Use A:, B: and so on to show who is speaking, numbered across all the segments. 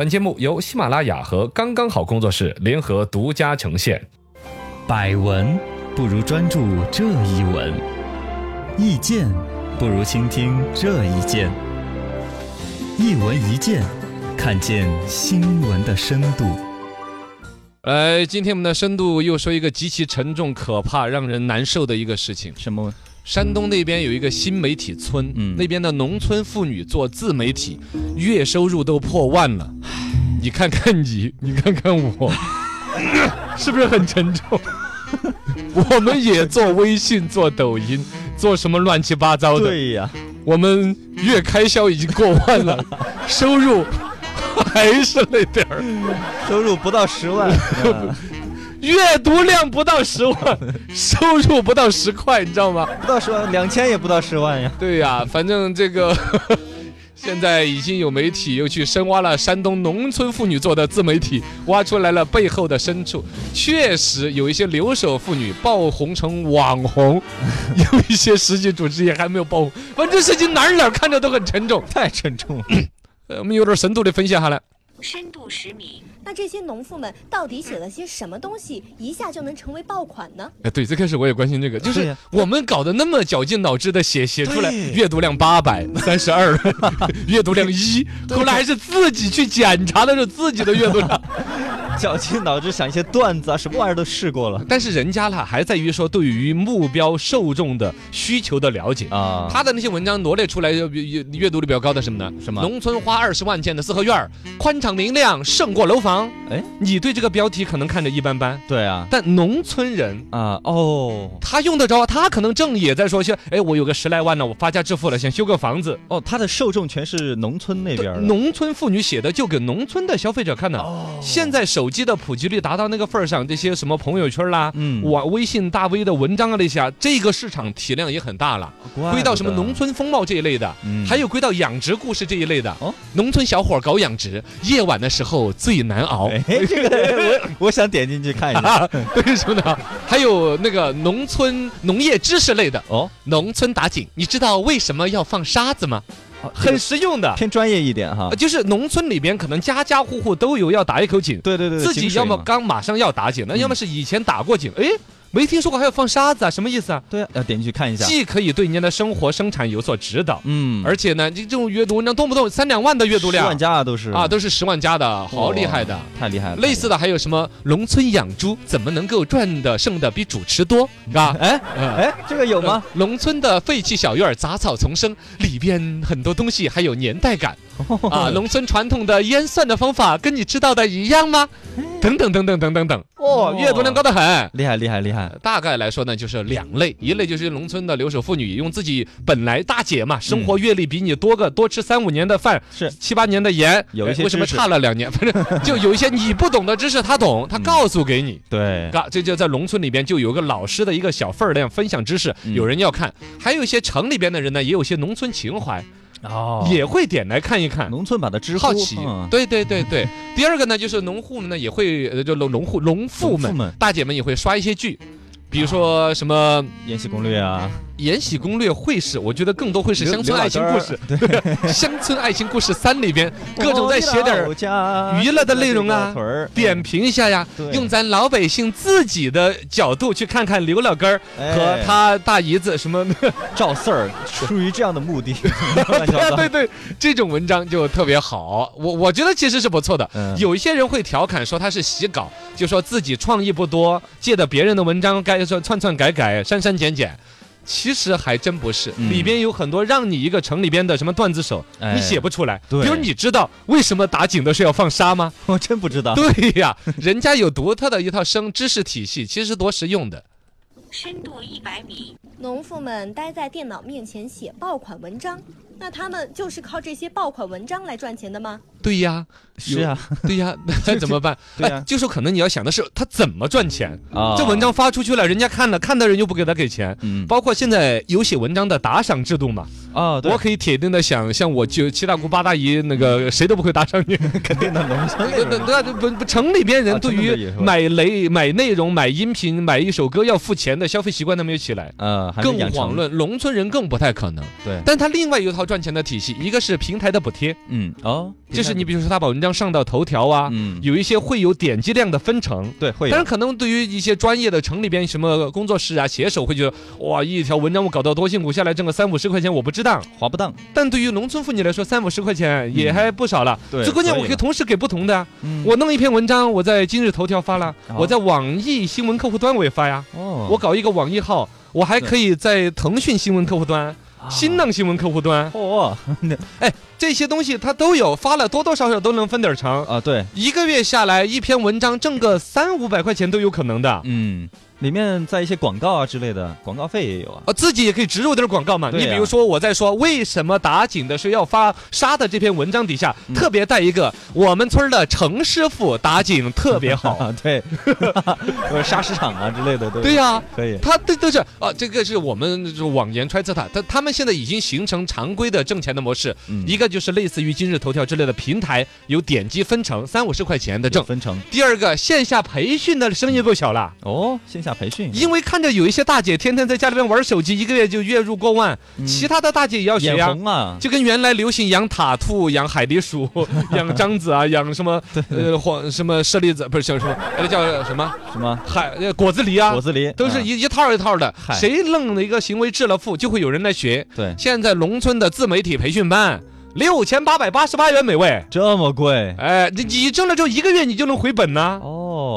A: 本节目由喜马拉雅和刚刚好工作室联合独家呈现。
B: 百闻不如专注这一闻，意见不如倾听这一见。一闻一见，看见新闻的深度。
A: 呃，今天我们的深度又说一个极其沉重、可怕、让人难受的一个事情。
B: 什么？
A: 山东那边有一个新媒体村，
B: 嗯
A: 那边的农村妇女做自媒体，月收入都破万了。你看看你，你看看我， 是不是很 沉重？我们也做微信、做抖音、做什么乱七八糟的，
B: 对呀、
A: 我们月开销已经过万了，收入还是那点儿。
B: 收入不到十万，啊
A: 阅读量不到十万，收入不到十块，你知道吗？
B: 不到十万，两千也不到十万呀。
A: 对呀、反正这个 现在已经有媒体又去深挖了山东农村妇女做的自媒体，挖出来了背后的深处，确实有一些留守妇女爆红成网红，有一些实际主持也还没有爆红，反正这事情哪儿哪儿看着都很沉重。
B: 太沉重了，
A: 呃我们有点深度的分析下来，
C: 深度十米，
D: 那这些农妇们到底写了些什么东西，一下就能成为爆款呢？
A: 哎，对，最开始我也关心这个，就
B: 对
A: 是
B: 呀
A: 我们搞得那么绞尽脑汁的写写出来，
B: 对
A: 阅读量 八百三十二， 阅读量一，后来还是自己去检查的是自己的阅读 量。
B: 绞尽脑汁想一些段子啊，什么玩意儿都试过了
A: 但是人家啦，还在于说对于目标受众的需求的了解。
B: 啊。
A: 他的那些文章罗列出来，呃阅阅读率比较高的什么呢？
B: 什么
A: 农村花二十万建的四合院儿，宽敞明亮，胜过楼房。
B: 哎，
A: 你对这个标题可能看着一般般，
B: 对啊，
A: 但农村人
B: 啊哦
A: 他用得着，他可能正也在说些，哎，我有个十来万呢，我发家致富了，想修个房子。
B: 哦，他的受众全是农村那边的。
A: 农村妇女写的就给农村的消费者看的。
B: 哦
A: 现在手机的普及率达到那个份儿上，这些什么朋友圈啦，
B: 嗯
A: 我微信大 V 的文章啊那些啊，这个市场体量也很大了。
B: 嗯
A: 归到什么农
B: 村，
A: 村风貌这一类的，
B: 嗯
A: 还有归到养殖故事这一类的。
B: 哦
A: 农村小伙搞养殖，夜晚的时候最难熬。
B: 哎，这个
A: 哎
B: 我我想点进去看一下。
A: 啊，为什么呢？还有那个农村农业知识类的，
B: 哦，
A: 农村打井，你知道为什么要放沙子吗？很实用的，
B: 偏专业一点哈
A: 啊呃。就是农村里边可能家家户户都有要打一口井，
B: 对对对，
A: 自己
B: 呃井水
A: 要么
B: 嘛嗯
A: 刚马上要打井了，要么是以前打过井，哎，没听说过还要放沙子啊，什么意思啊？
B: 对啊，要点进去看一下。
A: 既可以对人家的生活生产有所指导，
B: 嗯，
A: 而且呢，这这种阅读文章动不动三两万的阅读
B: 十万
A: 量
B: 加啊都是
A: 啊，都是十万加的，好厉害的
B: 哇。太厉害了。
A: 类似的还有什么农村养猪怎么能够赚的剩的比主持多
B: 太
A: 啊？
B: 厉害了，
A: 嗯
B: 哎哎，这个有吗？
A: 呃农村的废弃小院儿杂草丛生，里边很多东西还有年代感
B: 哦
A: 啊。农村传统的腌蒜的方法跟你知道的一样吗？等等等等等等等，哦
B: 哎哦，
A: 阅读量高得很。
B: 厉害厉害厉害！
A: 大概来说呢，就是两类，一类就是农村的留守妇女，用自己本来大姐嘛，生活阅历比你多个多吃三五年的饭，
B: 嗯是
A: 七八年的盐，
B: 有一些
A: 哎为什么
B: 知识
A: 差了两年？ 反正就有一些你不懂的知识，他懂，
B: 嗯
A: 他告诉给你。
B: 对，
A: 啊，这就在农村里边就有个老师的一个小份儿量分享知识，
B: 嗯
A: 有人要看，还有一些城里边的人呢，也有些农村情怀，
B: 哦
A: 也会点来看一看。
B: 农村版的知乎
A: 好奇
B: 嗯，
A: 对对对对。第二个呢，就是农户们呢也会，呃，就农农户农妇
B: 农
A: 们
B: 妇们
A: 大姐们也会刷一些剧，比如说什么《
B: 延禧攻略啊，
A: 延禧攻略》会是，我觉得更多会是
B: 刘
A: 乡村爱情故事， 《乡村爱情故事三》里边各种在写点儿
B: 儿
A: 娱乐的内容啊点评一下呀
B: 对，
A: 用咱老百姓自己的角度去看看刘老根儿和他大姨子 什么的，
B: 嗯哎赵四儿，出于这样的目的， 乱七八
A: 对
B: 糟
A: 对对，这种文章就特别好，我我觉得其实是不错的。
B: 嗯
A: 有一些人会调侃说他是洗稿，就说自己创意不多，借的别人的文章该说篡篡改改、删删减减。其实还真不是，
B: 嗯
A: 里边有很多让你一个城里边的什么段子手，
B: 哎
A: 你写不出来。
B: 对
A: 比如你知道为什么打井的时候要放沙吗？
B: 我真不知道。
A: 对呀，人家有独特的一套生知识体系，其实多实用的。
C: 深度一百米，
D: 农妇们待在电脑面前写爆款文章，那他们就是靠这些爆款文章来赚钱的吗？
A: 对呀，
B: 是啊，
A: 对呀，那 怎么办？
B: 对呀
A: 哎就说可能你要想的是他怎么赚钱。
B: 啊
A: 这文章发出去了，人家看了，看的人又不给他给钱。
B: 嗯
A: 包括现在有写文章的打赏制度嘛，
B: 啊，对
A: 我可以铁定的想，像我就七大姑八大姨 那个谁都不会打赏你。
B: 肯定的农村
A: 那 那那不不城里边人
B: 啊
A: 对
B: 真的
A: 于
B: 也是吧
A: 买雷买内容、买音频、买一首歌要付钱的消费习惯都没有起来。
B: 啊
E: 啊，还没
A: 更
E: 养
A: 遑
E: 成。
A: 论农村人更不太可能。
B: 嗯
E: 对，
A: 但他另外有一套赚钱的体系，一个是平台的补贴，
E: 嗯，哦，
A: 就是你比如说他把文章上到头条啊，
E: 嗯，
A: 有一些会有点击量的分成。
E: 对，会啊
A: 当然，
E: 有，
A: 可能对于一些专业的城里边什么工作室啊、写手会觉得，哇，一条文章我搞到多辛苦，下来挣个三五十块钱我不值当。
E: 划不当。
A: 但对于农村妇女来说，三五十块钱也还不少了。
E: 嗯对
A: 最关键
E: 可以
A: 我可以
E: 了
A: 同时给不同的啊。
E: 嗯
A: 我弄一篇文章，我在今日头条发了，
E: 哦
A: 我在网易新闻客户端我也发呀，
E: 哦，
A: 我搞一个网易号，我还
E: 对
A: 可以在腾讯新闻客户端、
E: 啊
A: 新浪新闻客户端
E: 哦
A: 这些东西它都有，发了多多少少都能分点儿成。
E: 啊，对，
A: 一个月下来，一篇文章挣个三五百块钱都有可能的。
E: 嗯，里面在一些广告啊之类的，广告费也有啊。
A: 啊，自己也可以植入点儿广告嘛。
E: 对
A: 你
E: 呀
A: 比如说，我在说为什么打井的是要发沙的这篇文章底下，
E: 嗯
A: 特别带一个我们村儿的程师傅打井特别 好。
E: 啊，对，有沙市场啊之类的，
A: 哦
E: 对
A: 对呀、
E: 可以，
A: 他这都是啊，这个是我们就是网言揣测他，他他们现在已经形成常规的挣钱的模式，
E: 嗯
A: 一个就是类似于今日头条之类的平台有点击分成三五十块钱的挣
E: 有，分成
A: 第二个线下培训的生意够小了。
E: 哦，线下培训，
A: 因为看着有一些大姐天天在家里面玩手机，一个月就月入过万，
E: 嗯
A: 其他的大姐也要学
E: 眼
A: 呀、
E: 红啊，
A: 就跟原来流行养塔兔、养海狸 鼠、养獐子啊、养什么呃黄什么舍利子，不是叫什么，那叫什么
E: 什么
A: 海呃果子狸啊
E: 果，子狸
A: 都是
E: 啊
A: 一一套一套的。
E: 嗨
A: 谁弄了一个行为致了富，就会有人来学。
E: 对
A: 现在农村的自媒体培训班六千八百八十八元每位，
E: 这么贵
A: 哎，你你挣了之后一个月你就能回本呐。
E: 哦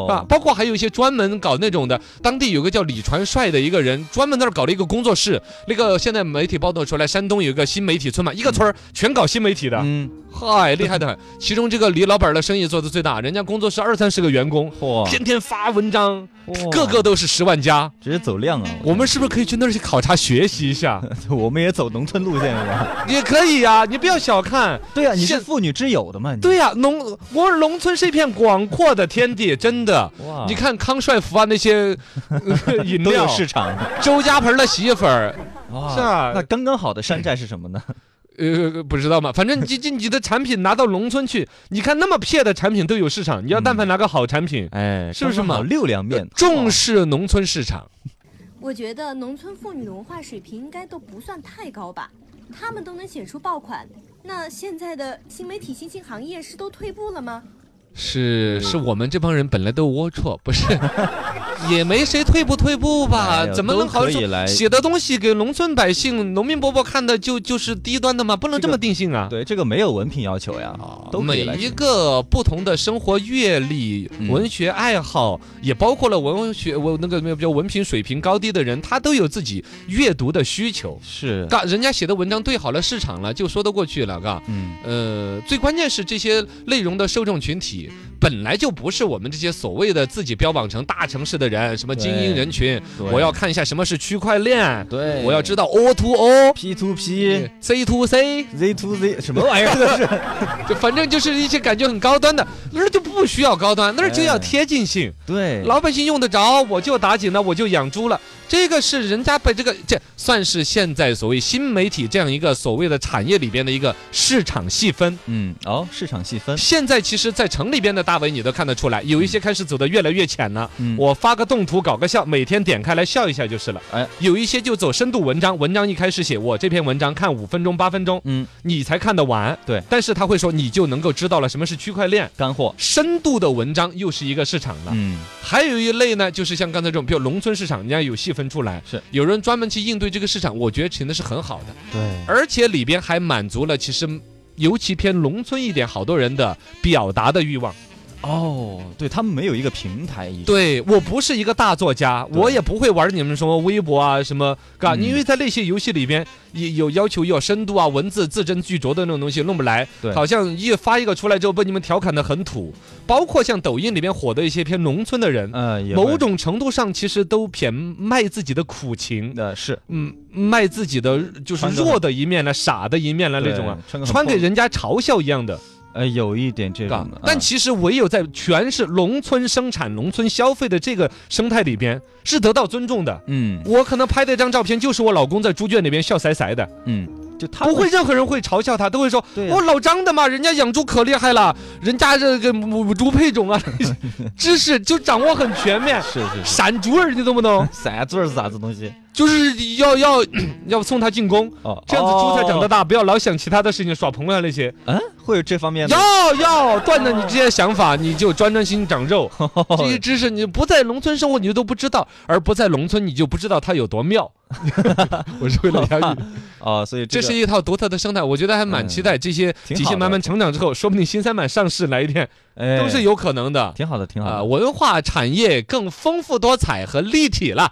A: 啊，包括还有一些专门搞那种的，当地有个叫李传帅的一个人，专门在那儿搞了一个工作室。那个现在媒体报道出来，山东有一个新媒体村嘛，一个村儿全搞新媒体的，
E: 嗯，
A: 嗨，厉害 的很。其中这个李老板的生意做得最大，人家工作室二三十个员工，
E: 嚯，
A: 天天发文章，
E: 哦哇
A: 个个都是十万加。
E: 直接走量啊！
A: 我们是不是可以去那儿去考察学习一 下？
E: 我们也走农村路线是吧？
A: 也可以呀、你不要小看。
E: 对啊，你是
A: 现
E: 妇女之友的嘛？你
A: 对呀、啊农我说农村是一片广阔的天地，真的。
E: 哇，
A: 你看康帅福啊那些、 呃饮
E: 都有
A: 料，
E: 市场
A: 周家盆的洗衣粉儿，
E: 哇
A: 是啊
E: 那刚刚好的山寨是什么呢？
A: 呃，不知道嘛，反正你你你的产品拿到农村去，你看那么撇的产品都有市场，你要但凡拿个好产品，
E: 哎，
A: 是不是嘛
E: 刚刚好六两面
A: 重视农村市场。
D: 我觉得农村妇女的文化水平应该都不算太高吧，她们都能写出爆款。那现在的新媒体新兴行业是都退步了吗？
A: 是，是我们这帮人本来都龌龊，不是，也没谁退不退步吧？
E: 嗯哎呀
A: 怎么能好
E: 都可以
A: 说
E: 来
A: 写的东西给农村百姓、农民伯伯看的就就是低端的吗？不能这么定性啊！
E: 对，这个没有文凭要求呀，啊都可
A: 哦每
E: 以来
A: 一个不同的生活阅历、
E: 嗯
A: 文学爱好，也包括了文学我那个没有叫文凭水平高低的人，他都有自己阅读的需求。
E: 是，
A: 嘎，人家写的文章对好了市场了，就说得过去了，嘎。
E: 嗯，
A: 呃，最关键是这些内容的受众群体本来就不是我们这些所谓的自己标榜成大城市的人，什么精英
E: 对
A: 人群。
E: 对
A: 我要看一下什么是区块链，
E: 对，
A: 我要知道 O to O、
E: P to P、
A: C to C，
E: Z to Z 什么玩意儿都 是，
A: 就反正就是一些感觉很高端的，那儿就不需要高端，那儿就要
E: 哎
A: 贴近性，
E: 对，
A: 老百姓用得着，我就打井了，我就养猪了。这个是人家被这个这算是现在所谓新媒体这样一个所谓的产业里边的一个市场细分。
E: 嗯，哦，市场细分，
A: 现在其实，在城里边的大 V 你都看得出来，有一些开始走得越来越浅了。
E: 嗯
A: 我发个动图，搞个笑，每天点开来笑一下就是了。
E: 哎
A: 有一些就走深度文章，文章一开始写我这篇文章看五分钟八分钟，
E: 嗯，
A: 你才看得完。
E: 对
A: 但是他会说你就能够知道了什么是区块链。
E: 干货，
A: 深度的文章又是一个市场了，
E: 嗯，
A: 还有一类呢，就是像刚才这种，比如农村市场，人家有细分出来，
E: 是
A: 有人专门去应对这个市场，我觉得真的是很好的，
E: 对，
A: 而且里边还满足了其实尤其偏农村一点好多人的表达的欲望。
E: 哦，对他们没有一个平台意识，
A: 对我不是一个大作家，
E: 对
A: 我也不会玩你们什么微博啊什么，嘎，
E: 嗯
A: 因为在那些游戏里边也有要求要深度啊，文字字斟句酌的那种东西弄不来，
E: 对
A: 好像一发一个出来之后被你们调侃的很土，包括像抖音里边火的一些偏农村的人，
E: 呃，也
A: 某
E: 会
A: 种程度上其实都偏卖自己的苦情，
E: 呃是
A: 嗯，卖自己的就是
E: 穿得
A: 弱的一面了、傻的一面了那种啊，，
E: 对
A: 穿给，
E: 个很
A: 人家嘲笑一样的，
E: 破呃，有一点这种的，
A: 但
E: 啊
A: 其实唯有在全是农村生产、农村消费的这个生态里边，是得到尊重的。
E: 嗯
A: 我可能拍的一张照片，就是我老公在猪圈里边笑塞塞的，
E: 嗯，就他
A: 不
E: 们
A: 会任何人会嘲笑他，都会说
E: 对啊
A: 我老张的嘛，人家养猪可厉害了，人家这个母猪配种 啊，知识就掌握很全面，
E: 是是是，
A: 闪猪儿你懂不懂？嗯
E: 散字儿是啥子东西？
A: 就是要要 要送他进宫，
E: 哦，
A: 这样子猪才长得
E: 大。
A: 大，不要老想其他的事情，耍朋友啊那些。
E: 嗯，会有这方面的。
A: 要要断了你这些想法，你就专专心长 肉。这些知识你不在农村生活，你就都不知道，而不在农村，你就不知道它有多 妙。我是为了押韵，
E: 哦，所以
A: 这
E: 个
A: 是一套独特的生态，我觉得还蛮期待这些
E: 挺
A: 极
E: 好
A: 限
E: 的
A: 慢慢成长之后，说不定新三板上市来一天
E: 哎
A: 都是有可能的
E: 挺好的，挺好
A: 啊、
E: 的。
A: 文化产业更丰富多彩和立体了。